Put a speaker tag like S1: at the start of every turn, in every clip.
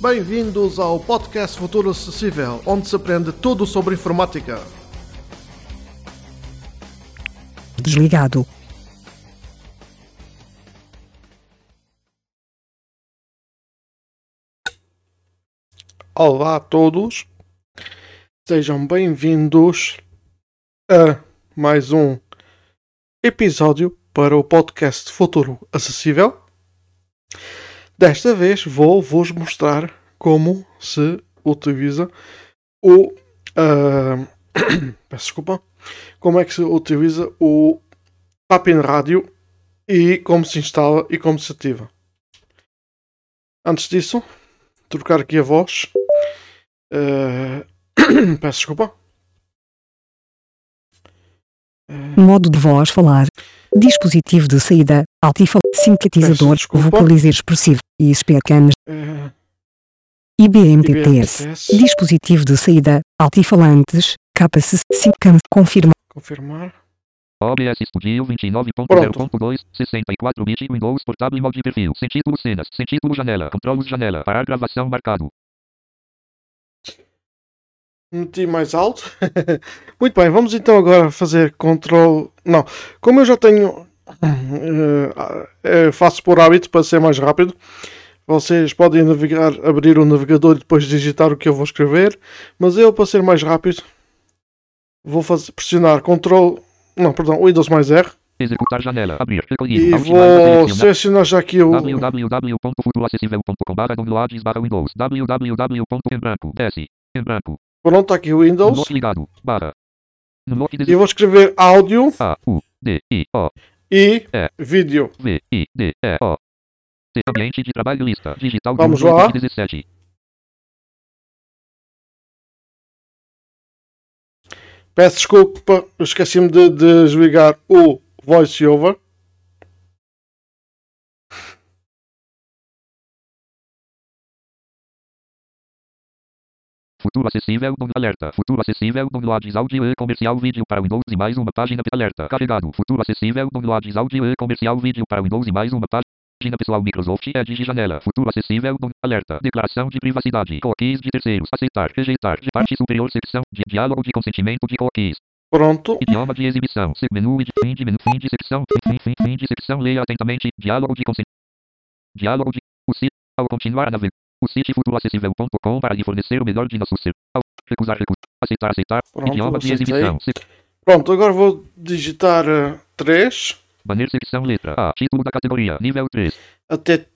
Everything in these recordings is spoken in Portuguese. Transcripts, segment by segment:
S1: Bem-vindos ao podcast Futuro Acessível, onde se aprende tudo sobre informática.
S2: Desligado.
S1: Olá a todos, sejam bem-vindos a mais um episódio para o podcast Futuro Acessível. Desta vez vou vos mostrar como se utiliza o. ah, peço desculpa. Como é que se utiliza o Tapin Radio e como se instala e como se ativa. Antes disso, trocar aqui a voz. Ah, peço desculpa. Ah,
S2: Modo de voz falar. Dispositivo de saída. Altifal. Sintetizador.
S1: Peço desculpa.
S2: Vocalizer expressivo. E speakers.
S1: Ah,
S2: IBM TTS.
S1: IBMTS.
S2: Dispositivo de saída. Altifalantes. KC. Sincam. Confirma.
S1: Confirmar.
S3: OBS Studio 29.0.2, 64 bit Windows portátil molde perfil, sem título cenas, sem título janela, controles janela, parar gravação marcado.
S1: Meti mais alto. Muito bem, vamos então agora fazer control. Não, como eu já tenho. eh, eh, faço por hábito para ser mais rápido. Vocês podem navegar, abrir o navegador e depois digitar o que eu vou escrever. Mas eu, para ser mais rápido, vou fazer, pressionar Ctrl. Não, perdão, Windows mais R.
S3: Executar janela, abrir,
S1: E
S3: recolhido, ao final
S1: vou
S3: da selecionar.
S1: selecionar já aqui o.
S3: www.futuroacessível.com barra downloads barra Windows, www.em branco, S, em branco,
S1: Pronto, tá aqui o Windows.
S3: bloco ligado, barra, no bloco
S1: E
S3: de
S1: vou escrever áudio
S3: A, U, D, I, O,
S1: e
S3: É.
S1: vídeo.
S3: V, I, D, E, O. T, ambiente de trabalho lista, digital
S1: Vamos
S3: 18
S1: lá.
S3: de 17.
S1: Peço desculpa, eu esqueci-me de de desligar o voiceover.
S3: Futuro acessível, dono alerta. Futuro acessível, downloads áudio e comercial vídeo para Windows e mais uma página pe- alerta. Carregado. Futuro acessível, downloads áudio e comercial vídeo para Windows e mais uma página pessoal Microsoft Edge de janela. Futuro acessível, dono alerta. Declaração de privacidade. Cookies de terceiros. Aceitar. Rejeitar. De parte superior secção de diálogo de consentimento de cookies.
S1: Pronto,
S3: Idioma de exibição. Seg- Menu e de- fim de menu. Fim de secção. Fim, fim, fim, fim de secção. Leia atentamente. Diálogo de consentimento. Diálogo de. O site. Ao continuar a navegar. O site futuroacessível.com para lhe fornecer o melhor de nosso ser. Ao recusar, recusar. Aceitar, aceitar.
S1: Pronto,
S3: Idioma de
S1: aceitei.
S3: exibição. Sec-
S1: pronto, agora vou digitar eh, 3
S3: Banner secção letra A. Título da categoria. Nível 3.
S1: até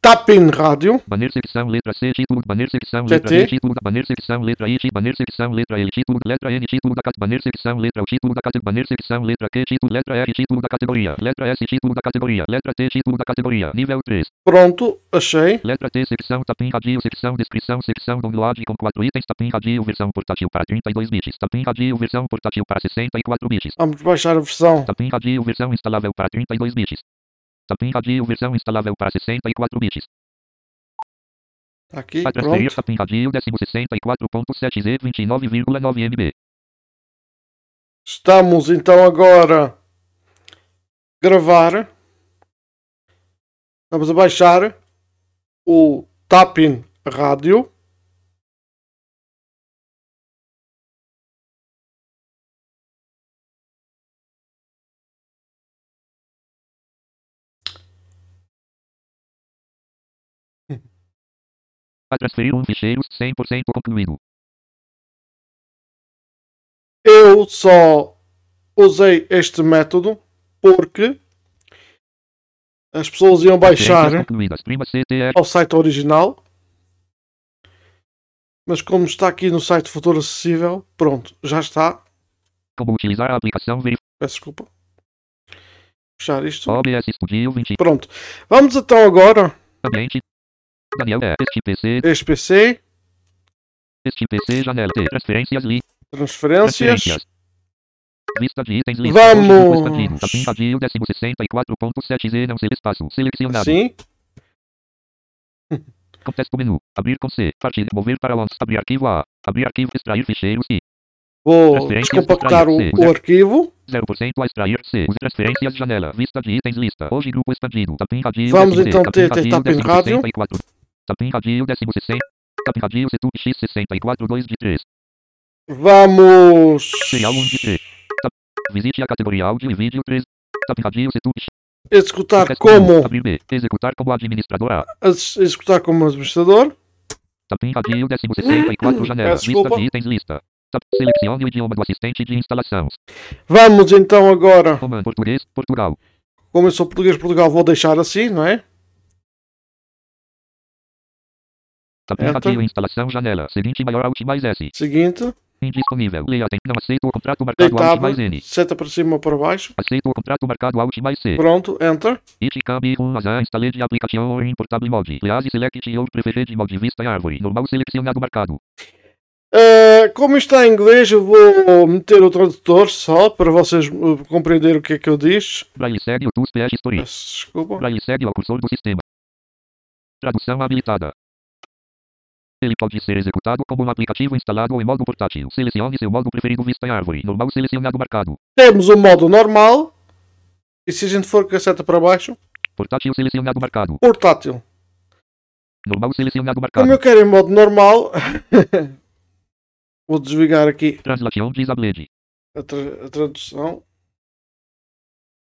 S1: Tapin Rádio.
S3: Banner secção letra C. Título. Banner secção
S1: TT.
S3: letra D. Título da banner secção letra I. Ti- Banner secção letra L. Título letra N. Título da categoria. Banner secção letra U. Título da categoria. Banner secção letra Q. Título letra R. Título da categoria. Letra S. Título da categoria. Letra T. Título da categoria. Nível 3.
S1: Pronto, achei.
S3: Letra T, secção tapim radio, secção descrição, secção download com 4 itens, tapim radio, versão portátil para 32 bits, tapim radio, versão portátil para 64 bits,
S1: Vamos baixar a versão.
S3: tapim radio, versão instalável para 32 bits, tapim radio, versão instalável para 64 bits,
S1: Tá Aqui,
S3: para transferir
S1: pronto.
S3: tapim radio, décimo 64.7 z 29,9 MB.
S1: Estamos então agora a gravar. Vamos a baixar o Tapin Rádio.
S3: Para transferir um ficheiro 100% concluído.
S1: Eu só usei este método porque as pessoas iam baixar. né?
S3: Referências Concluídas. Prima CTR.
S1: ao site original. Mas como está aqui no site Futuro Acessível, pronto, já está.
S3: Como utilizar a aplicação verif.
S1: Peço desculpa. Fechar isto.
S3: OBS Studio 20.
S1: Pronto. Vamos então agora
S3: Ambiente. Daniel é. Este PC.
S1: a este PC,
S3: Este PC janela T. Transferências li.
S1: transferências.
S3: Transferências. Vista de itens lista.
S1: Vamos!
S3: Vamos! Tapinha de 64.7Z não ser espaço. Selecionado.
S1: Sim.
S3: Contexto menu. Abrir com C. Partilha. Mover para onde. Abrir arquivo A. Abrir arquivo. Extrair ficheiros I.
S1: Vou
S3: Transferências,
S1: descompactar o,
S3: sim.
S1: o arquivo.
S3: 0% a extrair C. Use transferências janela. Vista de itens lista. Hoje grupo expandido. Tapinha de
S1: Vamos então ter- ter tapinha rádio.
S3: Tapim radio décimo 60. Tapim radio setup X64 2 de 3.
S1: Vamos!
S3: Serial 1 de 3. Tap... Visite a categoria áudio e vídeo 3. Tapim radio setup X.
S1: Executar
S3: Podcast um.
S1: Tá como.
S3: Abrir B. Executar como administrador A.
S1: as- Executar como administrador.
S3: Tapim radio décimo 64 janela. Vista
S1: Desculpa.
S3: de itens lista. Tap... Selecione o idioma do assistente de instalação.
S1: Vamos então agora.
S3: Comando português, Portugal.
S1: Como eu sou português de Portugal, vou deixar assim, não é?
S3: Tapim
S1: Enter.
S3: radio instalação janela. Seguinte maior alt mais S.
S1: Seguinte.
S3: Indisponível. Leia tem. Não aceito o contrato marcado alt
S1: Deitava.
S3: mais N.
S1: Seta para cima ou para baixo.
S3: Aceito o contrato marcado alt mais C.
S1: Pronto, enter.
S3: It can be run as a installed application or importable mod. Please select your preferred mod vista em árvore. Normal selecionado marcado.
S1: Eh, como isto está em inglês, eu vou meter o tradutor só para vocês eh, compreenderem o que é que eu disse.
S3: Braille segue o TUS PH History.
S1: Peço desculpa.
S3: Braille segue o cursor do sistema. Tradução habilitada. Ele pode ser executado como um aplicativo instalado em modo portátil. Selecione seu modo preferido vista em árvore. Normal selecionado marcado.
S1: Temos o modo normal. E se a gente for com a seta para baixo,
S3: Portátil selecionado marcado.
S1: portátil.
S3: Normal selecionado
S1: Como eu
S3: marcado.
S1: quero em modo normal, vou desligar aqui
S3: Translation disabled.
S1: a, tra- a tradução.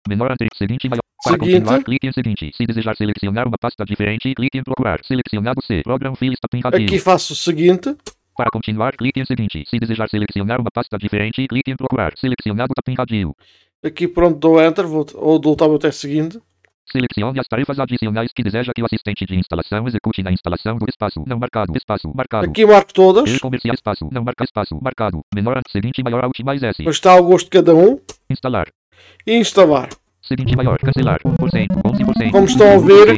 S3: Menor anterior. Seguinte maior. Para
S1: Seguinte.
S3: continuar, clique em seguinte. Se desejar selecionar uma pasta diferente, clique em procurar. Selecionado C. Program Files Tapim Radio.
S1: Aqui faço o seguinte.
S3: Para continuar, clique em seguinte. Se desejar selecionar uma pasta diferente, clique em procurar. Selecionado Tapim Radio.
S1: Aqui pronto dou enter vou, ou dou tab até seguinte.
S3: Selecione as tarefas adicionais que deseja que o assistente de instalação execute na instalação do espaço não marcado. Espaço marcado.
S1: Aqui marco todas.
S3: E comercial espaço Ah, não marca espaço marcado. Menor a- seguinte maior alt mais S.
S1: Mas está ao gosto de cada um.
S3: Instalar.
S1: E instalar.
S3: Seguinte maior cancelar 1%, 11%.
S1: Como estão a ouvir?
S3: 31%, 41%,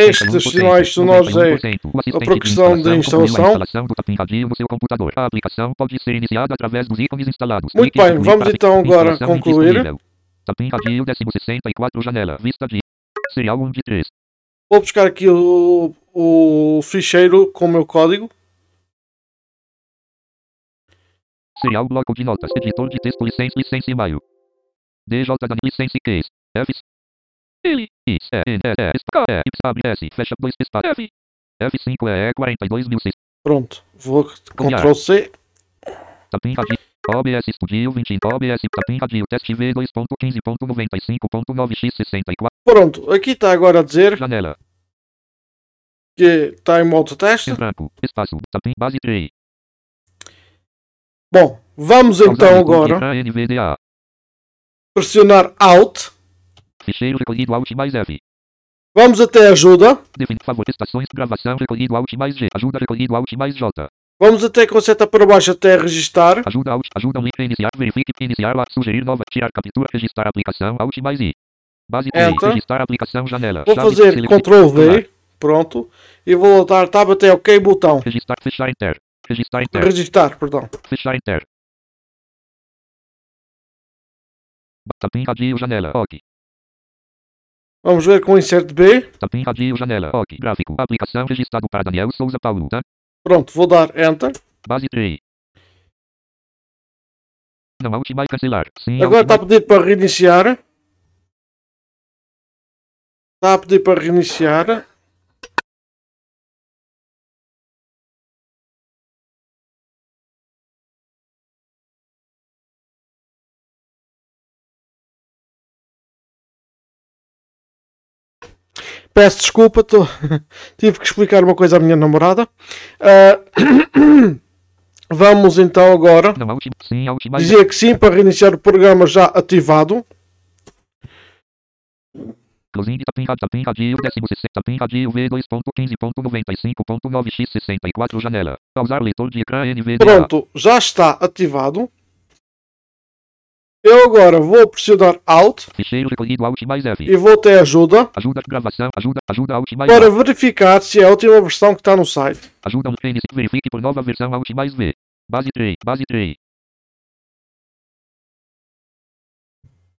S3: 51%, 61%, 71%,
S1: Estes sinais sonoros é a progressão de instalação.
S3: instalação do Tapim Radio no seu computador. A aplicação pode ser iniciada através dos ícones instalados.
S1: Muito
S3: Clique em
S1: bem,
S3: concluir
S1: vamos
S3: para
S1: então agora
S3: instalação
S1: concluir.
S3: indisponível. Tapim Radio 1064 janela, vista de serial 1 de 3.
S1: Vou buscar aqui o, o ficheiro com o meu código.
S3: Serial bloco de notas, editor de texto, licença, licença e mail. DJ dan licença case. F. L. I. E. N. S. S. K. E. Y. Abre S. Fecha dois espaço. F. F5 E. 42006.
S1: Pronto. Vou
S3: Copiar.
S1: Ctrl C.
S3: Tapim Radio. OBS Studio 20. OBS Tapim Radio Test V 2.15.95.9x64.
S1: Pronto. Aqui está agora a dizer
S3: Janela.
S1: que está em modo teste.
S3: Em branco. Espaço. Tapim base 3.
S1: Bom, vamos então agora
S3: NVDA.
S1: pressionar Alt.
S3: Ficheiro recolhido Alt mais F.
S1: Vamos até ajuda.
S3: Define favor. Estações. Gravação recolhido Alt mais G. Ajuda recolhido Alt mais J.
S1: Vamos até com a seta para baixo até registar.
S3: Ajuda Alt, ajuda o link iniciar, verifique, iniciar, lá, sugerir nova, tirar captura, registrar aplicação, Alt mais I. Base três,
S1: Enter.
S3: registrar aplicação, janela,
S1: É, então, Vou
S3: chave,
S1: fazer
S3: selec-
S1: Ctrl V. Pronto. E vou dar Tab até OK botão.
S3: registrar, fechar, enter, registrar, enter,
S1: Registar, perdão.
S3: fechar, enter. Tapim radio, janela, ok.
S1: Vamos ver com o insert B.
S3: Tapim radio, janela, ok. Gráfico, aplicação registrado para Daniel Souza Paulo, tá?
S1: Pronto, vou dar Enter.
S3: Base 3. Não, Alt mais cancelar, sim, é um
S1: Agora
S3: Alt
S1: está a pedir para reiniciar. Está a pedir para reiniciar. Peço desculpa, tô- tive que explicar uma coisa à minha namorada. Ah, Vamos então agora.
S3: mais- não, Alt, sim, Alt mais
S1: Dizia que sim para reiniciar o programa já ativado.
S3: Closing tapim rad tapim radio décimo sessenta tapim radio v dois ponto quinze ponto noventa e cinco ponto nove x sessenta e quatro janela. Pausar leitor de ecrã NVDA.
S1: Pronto, já está ativado. Eu agora vou pressionar Alt
S3: Ficheiro recolhido alt mais F.
S1: e vou até ajuda
S3: Ajuda gravação ajuda ajuda alt mais
S1: para
S3: A.
S1: verificar se é a última versão que está no site.
S3: Ajuda um tênis verifique por nova versão alt mais V. Base 3 base 3.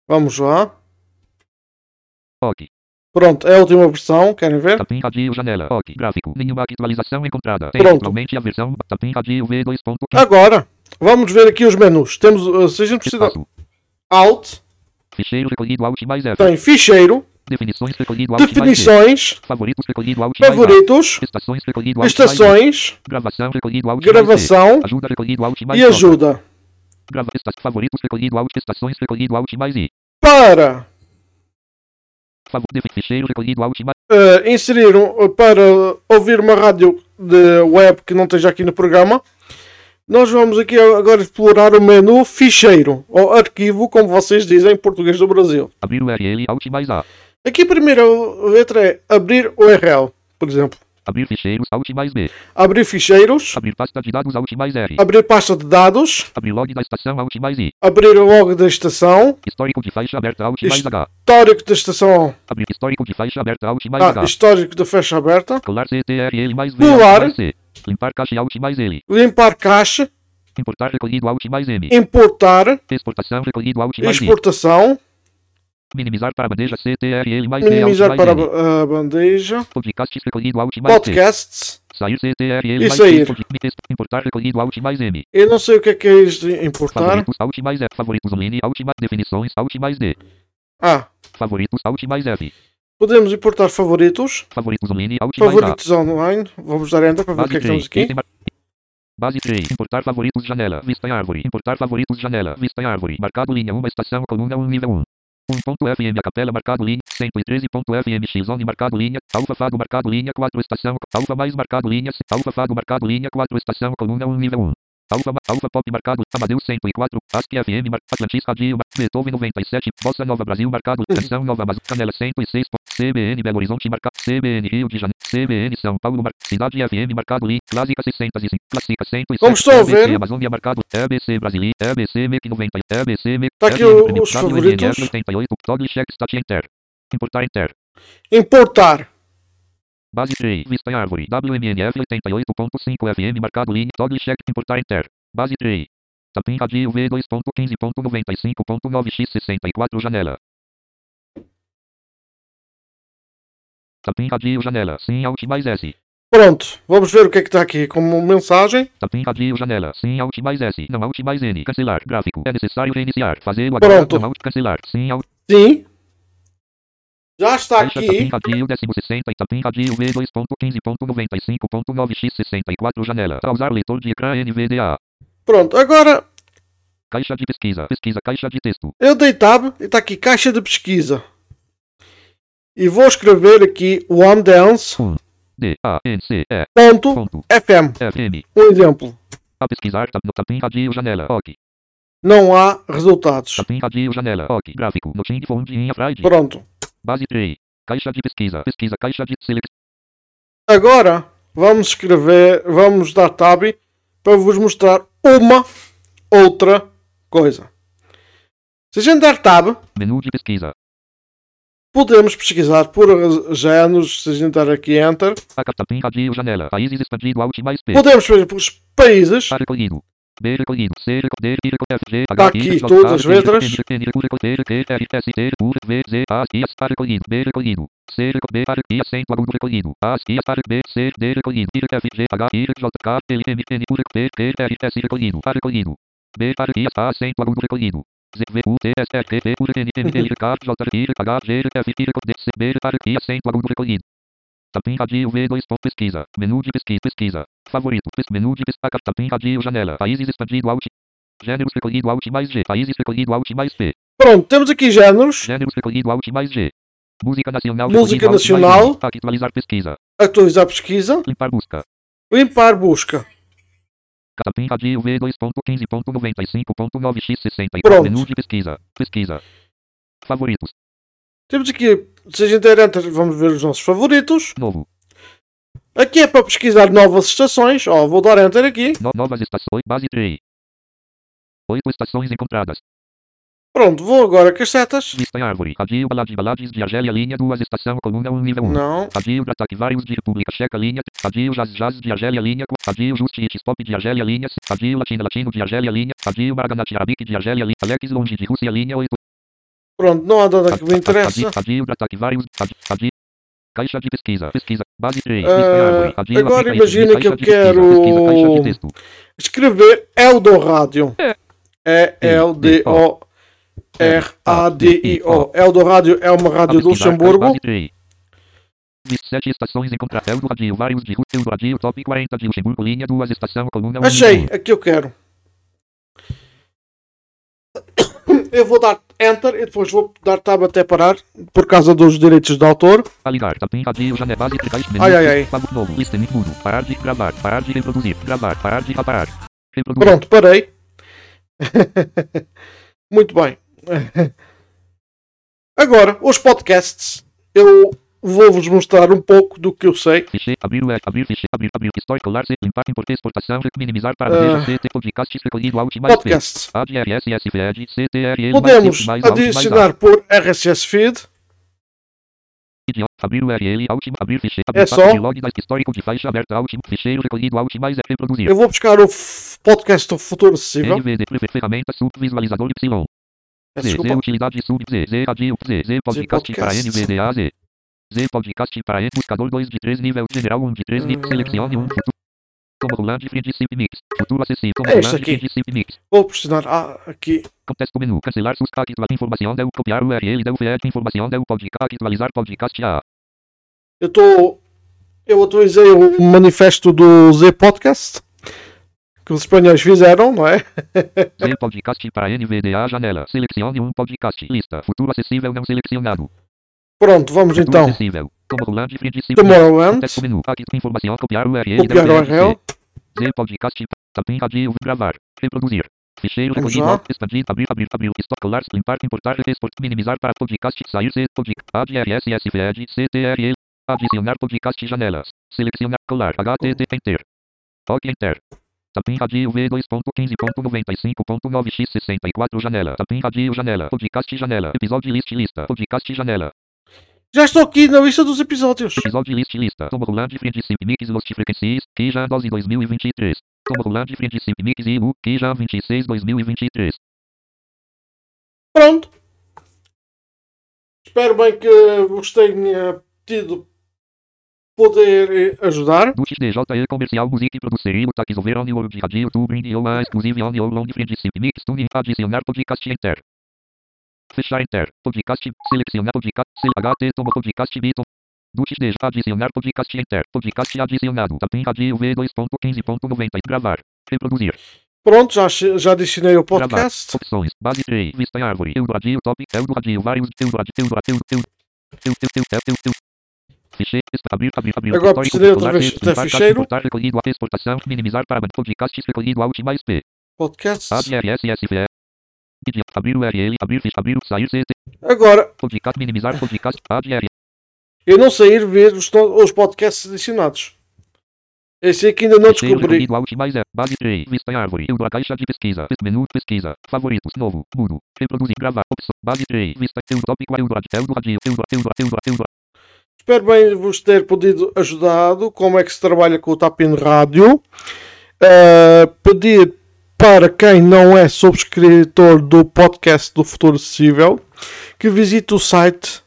S1: Vamos lá.
S3: Ok.
S1: Pronto, é a última versão, querem ver?
S3: Tapim radio janela. Ok. Gráfico. Nenhuma atualização encontrada. Tem
S1: Pronto.
S3: atualmente a versão tapim radio v dois ponto quinze.
S1: eh, Ah, Agora, vamos ver aqui os menus. Temos, uh, se a gente precisa
S3: Espaço.
S1: Alt,
S3: Ficheiro recolhido Alt mais F.
S1: Tem ficheiro,
S3: Definições recolhido Alt mais G.
S1: definições,
S3: Favoritos recolhido Alt mais A.
S1: favoritos,
S3: Estações recolhido Alt mais A.
S1: estações,
S3: Gravação recolhido Alt mais C.
S1: gravação
S3: Ajuda recolhido Alt mais
S1: e
S3: J.
S1: ajuda.
S3: Grava estas favoritos recolhido Alt estações recolhido Alt mais I.
S1: Para
S3: Favor defi- ficheiro recolhido Alt mais
S1: eh, inserir, um, para ouvir uma rádio de web que não esteja aqui no programa, nós vamos aqui agora explorar o menu ficheiro, ou arquivo, como vocês dizem em português do Brasil.
S3: abrir URL Alt mais A.
S1: Aqui a primeira letra é abrir URL, por exemplo.
S3: Abrir ficheiros Alt mais B.
S1: Abrir ficheiros,
S3: Abrir pasta de dados Alt mais R.
S1: abrir pasta de dados,
S3: Abrir log da estação Alt mais I.
S1: abrir o log da estação,
S3: Histórico de faixa aberta Alt
S1: His-
S3: mais H.
S1: histórico da estação,
S3: Abrir histórico de faixa aberta Alt mais
S1: ah,
S3: H.
S1: histórico da faixa aberta,
S3: Colar CTRL mais V.
S1: Pular.
S3: Alt mais C. Limpar caixa Alt mais L.
S1: limpar caixa,
S3: Importar recolhido Alt mais M.
S1: importar,
S3: Exportação recolhido Alt mais I.
S1: exportação,
S3: Minimizar para bandeja CTRL mais V. Alt
S1: minimizar
S3: mais
S1: para
S3: L.
S1: a bandeja,
S3: Podcasts recolhido Alt mais T.
S1: podcasts.
S3: Sair CTRL
S1: E
S3: mais
S1: sair.
S3: T. Podcast. Importar recolhido Alt mais M.
S1: Eu não sei o que é que é isto de importar.
S3: Favoritos Alt mais F. Favoritos online Alt mais definições Alt mais D.
S1: Ah,
S3: Favoritos Alt mais F.
S1: podemos importar favoritos.
S3: Favoritos online Alt mais A.
S1: Favoritos online. Vamos dar enter para ver o
S3: Base
S1: que é que temos aqui.
S3: 3. Item- Base 3. Importar favoritos janela. Vista em árvore. Importar favoritos janela. Vista em árvore. Marcado linha 1. Estação coluna 1. Nível 1. 1.fm a capela marcado linha 113.fm x-zone marcado linha alfa fago marcado linha 4 estação alfa mais marcado linha alfa fago marcado linha 4 estação coluna 1 nível 1 alfa, ma- alfa pop marcado Amadeus 104 ASP FM mar, Atlantis Radio mar, Beethoven 97 Bossa Nova Brasil marcado
S1: Uhum.
S3: Canção Nova Brasil Canela 106 po- CBN Belo Horizonte marcado CBN Rio de Janeiro CBN São Paulo mar, Cidade FM marcado Lin Clássica 65 Clássica 107
S1: Como estou a
S3: ABC
S1: ver.
S3: Amazônia marcado EBC Brasilia EBC MEC 90 EBC MEC
S1: Tá aqui o- os favoritos.
S3: 88 Toggle Check Stat Enter Importar Enter
S1: Importar.
S3: Base 3, vista em árvore, WMNF 88.5 FM, marcado linha, toggle check, importar enter. Base 3. Tapim radio V2.15.95.9x64, janela. Tapim radio, janela, sim, alt mais S.
S1: Pronto. Vamos ver o que é que está aqui como mensagem.
S3: Tapim radio, janela, sim, alt mais S, não alt mais N, cancelar, gráfico, é necessário reiniciar, fazer o
S1: Pronto.
S3: não alt, cancelar, sim, alt,
S1: Sim. Já está
S3: fecha, tapim
S1: Tá aqui.
S3: radio, décimo 60, tapim radio V2.15.95.9x64, janela, a usar leitor de ecrã NVDA.
S1: Pronto. Agora
S3: Caixa de pesquisa. Pesquisa caixa de texto.
S1: eu dei tab e está aqui caixa de pesquisa. E vou escrever aqui OneDance.fm.
S3: D A N C E ponto FM.
S1: Um exemplo.
S3: A pesquisar tab no tapim radio janela ok.
S1: Não há resultados.
S3: Tapim radio janela ok. Gráfico no Ting Fond em Friday.
S1: Pronto.
S3: Base 3. Caixa de pesquisa. Pesquisa caixa de select.
S1: Agora vamos escrever, vamos dar tab para vos mostrar uma outra coisa. Se a gente dar tab,
S3: Menu de pesquisa.
S1: podemos pesquisar por géneros, se a gente dar aqui enter,
S3: A tapim radio janela. Países expandido alt mais P.
S1: podemos ver os países,
S3: A recolhido. B recolhido. C recolhido. D recolhido. F G
S1: Tá aqui todas as letras.
S3: N N U recolhido. T R S T U V Z A I S A recolhido. B recolhido. C recolhido. B R I acento agudo recolhido. A I S A B C D recolhido. I F G H I J K L M N U P Q R S recolhido. A recolhido. B R I S A acento agudo recolhido. Z V U T S R T P U N N L K J R I H G R F I recolhido. D C B R I acento agudo recolhido. Tapim radio V2. ponto Pesquisa. Menu de pesquisa. Pesquisa. Favorito. Pes menu de pesquisa. Tapim radio janela. Países expandido alt. Gêneros recolhido alt mais G. Países recolhido alt mais P.
S1: pronto, temos aqui géneros,
S3: Gêneros recolhido alt mais G. Música nacional.
S1: Música
S3: recolhido, alt, mais
S1: nacional.
S3: G. Atualizar pesquisa.
S1: atualizar a pesquisa,
S3: Limpar busca.
S1: limpar busca,
S3: Tapim radio V2.15.95.9x64.
S1: Pronto.
S3: Menu de pesquisa. Pesquisa. Favoritos.
S1: temos aqui, se a gente der enter, vamos ver os nossos favoritos,
S3: Novo.
S1: aqui é para pesquisar novas estações, ó, vou dar enter aqui,
S3: No- novas estações. Base 3. Oito estações encontradas.
S1: pronto, vou agora com as setas,
S3: Vista em árvore. Adio balade balades de Argélia. Linha 2. Estação coluna 1. Nível 1.
S1: não,
S3: Adio Grataque Vários de República Checa Linha Adio Jazz Jazz de Argélia Linha qu- Adio Justitis Pop de Argélia Linha Adio Latino Latino de Argélia Linha Adio Marganati Arabic de Argélia Linha Alex Longe de Rússia Linha 8
S1: pronto, não há nada
S3: Ah, tá,
S1: que me interessa,
S3: Adio, adio Grataque Vários Adio, adio Caixa de pesquisa, pesquisa, base 3,
S1: Ah, agora imagina que eu quero-
S3: caixa de texto,
S1: escrever Eldorádio. É
S3: Sim,
S1: L-D-O R-A-D-I-O. Eldorado é uma rádio do Luxemburgo.
S3: Base 3. 27 estações em contrapé do radio, vários de Rússia, do radio, top 40 de Luxemburgo, linha 2, estação, coluna 1.
S1: Achei, aqui eu quero. Eu vou dar Enter e depois vou dar Tab até parar, por causa dos direitos de autor.
S3: A ligar, tapim, radio, janela, base 3, menu,
S1: Ai, ai, ai.
S3: pago novo, lista, link, mudo, parar de gravar, parar de reproduzir, gravar, parar de parar. Reproduzir.
S1: Pronto, parei. Muito bem. Agora, os podcasts. Eu vou-vos mostrar um pouco do que eu sei.
S3: Ficheiro, abrir o app, abrir ficheiro, abrir, abrir, histórico, lar, limpar, importar, exportação, minimizar para
S1: Ah.
S3: uh, CT, podcast, recolhido, alt, mais P.
S1: Podcasts.
S3: ADRS, SFED, CTRL,
S1: Podemos
S3: mais alt, mais alt.
S1: adicionar por RSS Feed.
S3: Idioma, abrir URL, alt, abrir ficheiro,
S1: É
S3: abrir
S1: só.
S3: pasta de log, das- histórico de faixa aberta, alt, ficheiro, recolhido, alt, mais F, reproduzir.
S1: Eu vou buscar o f- podcast do Futuro Acessível.
S3: NVD, prefer, ferramenta, sub, visualizador, Y.
S1: Peço
S3: Z, Z,
S1: É, Desculpa.
S3: utilidade, sub, Z, Z, radio, Z, Z, podcast para
S1: podcasts.
S3: NVDA, Z. Z, podcast para E, buscador 2 de 3, nível general 1 de 3,
S1: Hum.
S3: nível, selecione um futuro. Como Roland Friendship Mix. Futuro acessível. Como
S1: É isso
S3: Roland
S1: aqui.
S3: Friendship Mix.
S1: Vou pressionar ah, aqui.
S3: Contexto menu. Cancelar susca, atualizar informação, deu copiar URL, deu VED, informação, deu podcast, atualizar podcast A.
S1: Eu estou. Eu atualizei o manifesto do Z Podcast. Que os espanhóis fizeram, não é?
S3: Z podcast para NVDA janela. Selecione um podcast. Lista. Futuro acessível não selecionado.
S1: Pronto, vamos
S3: Futuro
S1: então.
S3: acessível. Como Roland Friendship Mix.
S1: Tomorrowland.
S3: Contexto menu. Aqui informação, copiar URL, deu
S1: Copiar o é
S3: VED,
S1: URL.
S3: Z podcast. Tapim radio, gravar. Reproduzir. Ficheiro
S1: Vamos
S3: recolhido,
S1: lá.
S3: alt, expandir, abrir, abrir, abrir, estocolar, limpar, importar, export, minimizar para podcast, sair, Z, podcast, ADRS, SVED, CTRL, adicionar podcast, janelas, selecionar, colar, HTT, enter, toque, enter. Tapim radio V2.15.95.9x64 janela. Tapim radio janela. Podcast janela. Episódio list lista. Podcast janela.
S1: Já estou aqui na lista dos episódios.
S3: Episódio list lista. Tom Roland Friendship Mix Lost Frequencies. Kija 12 2023. Tom Roland Friendship Mix IU. Kija 26 2023.
S1: Pronto. Espero bem que vos tenha tido poder ajudar.
S3: Duch DJE Comercial Music Producerio Tax Over On Your Radio Tube Idioma Exclusive On Your Long Friendship Mix Tune Adicionar Podcast Enter Fechar Enter Podcast Selecionar Podcast Sel HT Tomo Podcast Bito Duch DJ Adicionar Podcast Enter Podcast Adicionado Tapim Radio V2.15.90 Gravar Reproduzir
S1: Pronto, já, che- já adicionei o podcast.
S3: Opções Base 3 Vista em árvore Eldorado Top Eldorado Vários Eldorado Eldorado Eldorado Eldorado Ficheiro, abrir, abrir, abrir,
S1: Agora
S3: histórico,
S1: precisei outra
S3: popular,
S1: vez
S3: texto,
S1: de
S3: limpar,
S1: tá ficheiro.
S3: exportar, recolhido, até exportação, minimizar para podcast, recolhido, alt, mais P,
S1: Podcast.
S3: ADRS, SVE, Idioma, abrir URL, abrir, ficha, abrir, sair, CT,
S1: Agora,
S3: podcast, minimizar, podcast, ADRS,
S1: eu não sei ir ver os, to- os podcasts adicionados. Esse aqui ainda não
S3: Cheiro
S1: descobri.
S3: recolhido alt mais é. Base 3. Vista em árvore. Eldra caixa de pesquisa. Pes- Menu. Pesquisa. Favoritos. Novo. Mudo. Reproduzir. Gravar. Opção. Base 3. Vista. Eldra. Pico. Eldra. Eldra. Eldra. Eldra. Eldra. Eldra. Eldra.
S1: Espero bem vos ter podido ajudado como é que se trabalha com o Tapin Rádio. Eh, pedir para quem não é subscritor do podcast do Futuro Acessível que visite o site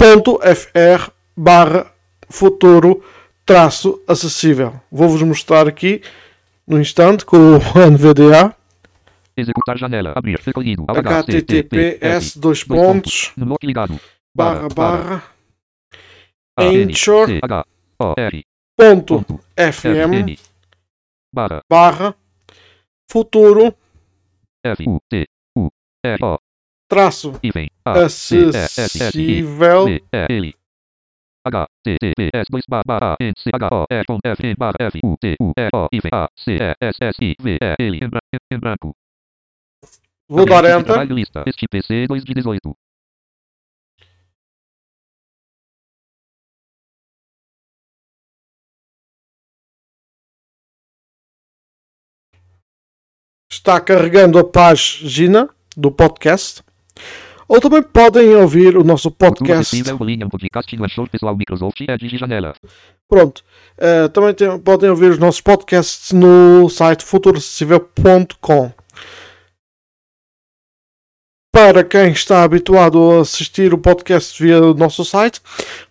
S1: www.anchor.fr barra futuro traço acessível. Vou-vos mostrar aqui no instante com o NVDA
S3: Executar janela. Abrir. Recolhido.
S1: https dois pontos
S3: No bloco ligado.
S1: barra barra
S3: A, N,
S1: Anchor.
S3: C, H. O. R.
S1: ponto
S3: Ponto. F.
S1: FM
S3: N. Barra.
S1: barra futuro
S3: F. U. T. U. R. O.
S1: traço
S3: Iven. A. C. E. S. S. I.
S1: acessível
S3: L E L H T T P S dois barra barra N C H O R com F M barra F U T U R O I V A C E S S I V E L em, bran- em- em branco.
S1: Vou dar
S3: Ambiente de
S1: enter.
S3: Trabalho lista. Este PC 2 de 18.
S1: Está carregando a página do podcast. Ou também podem ouvir o nosso
S3: Futuro
S1: podcast.
S3: acessível linha um podcast no Anchor pessoal Microsoft Edge de janela.
S1: Pronto. Eh, também tem- podem ouvir os nossos podcasts no site futuroacessível.com. Para quem está habituado a assistir o podcast via o nosso site,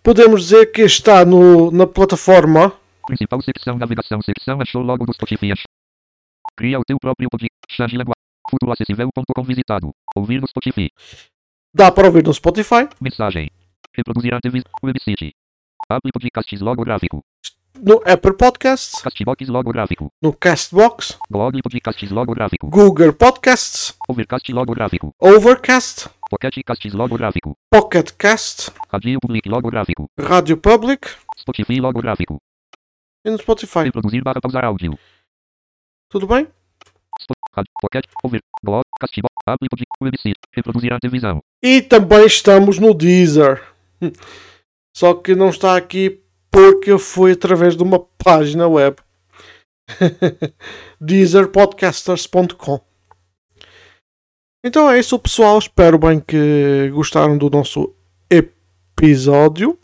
S1: podemos dizer que está no, na plataforma
S3: Principal secção navegação secção Anchor logo do Spotify. Anch- Cria o teu próprio podcast. Change linguagem. Futuroacessível.com visitado. Ouvir no Spotify.
S1: Dá para ouvir no Spotify.
S3: Mensagem. Reproduzir antevis. Website. Apple Podcasts Logográfico.
S1: No Apple Podcasts.
S3: Castbox Logográfico.
S1: No Castbox.
S3: Blog Podcasts Logográfico.
S1: Google Podcasts.
S3: Overcast Logográfico.
S1: Overcast.
S3: Pocket Casts Logográfico.
S1: Pocket Cast.
S3: Radio Public Logográfico.
S1: Rádio Public.
S3: Spotify Logográfico.
S1: E no Spotify.
S3: Reproduzir barra pausar áudio.
S1: Tudo bem?
S3: Spo- Rádio Pocket. Over. Blog. Castbox. Apple Podcast. Website. Reproduzir antevisão.
S1: E também estamos no Deezer. Hum. Só que não está aqui porque foi através de uma página web. Deezerpodcasters.com Então é isso pessoal, espero bem que gostaram do nosso episódio.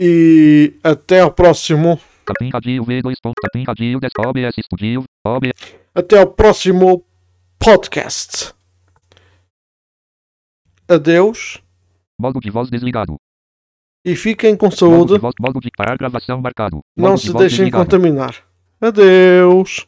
S1: E até ao próximo,
S3: Capim Radio V2. Capim Radio 10. OBS Studio. OBS.
S1: até ao próximo podcast. Adeus
S3: Modo de voz desligado.
S1: e fiquem com
S3: Modo de
S1: saúde.
S3: voz. Modo de parar gravação marcado.
S1: Não
S3: Modo de
S1: se
S3: voz
S1: deixem
S3: desligado.
S1: contaminar. Adeus.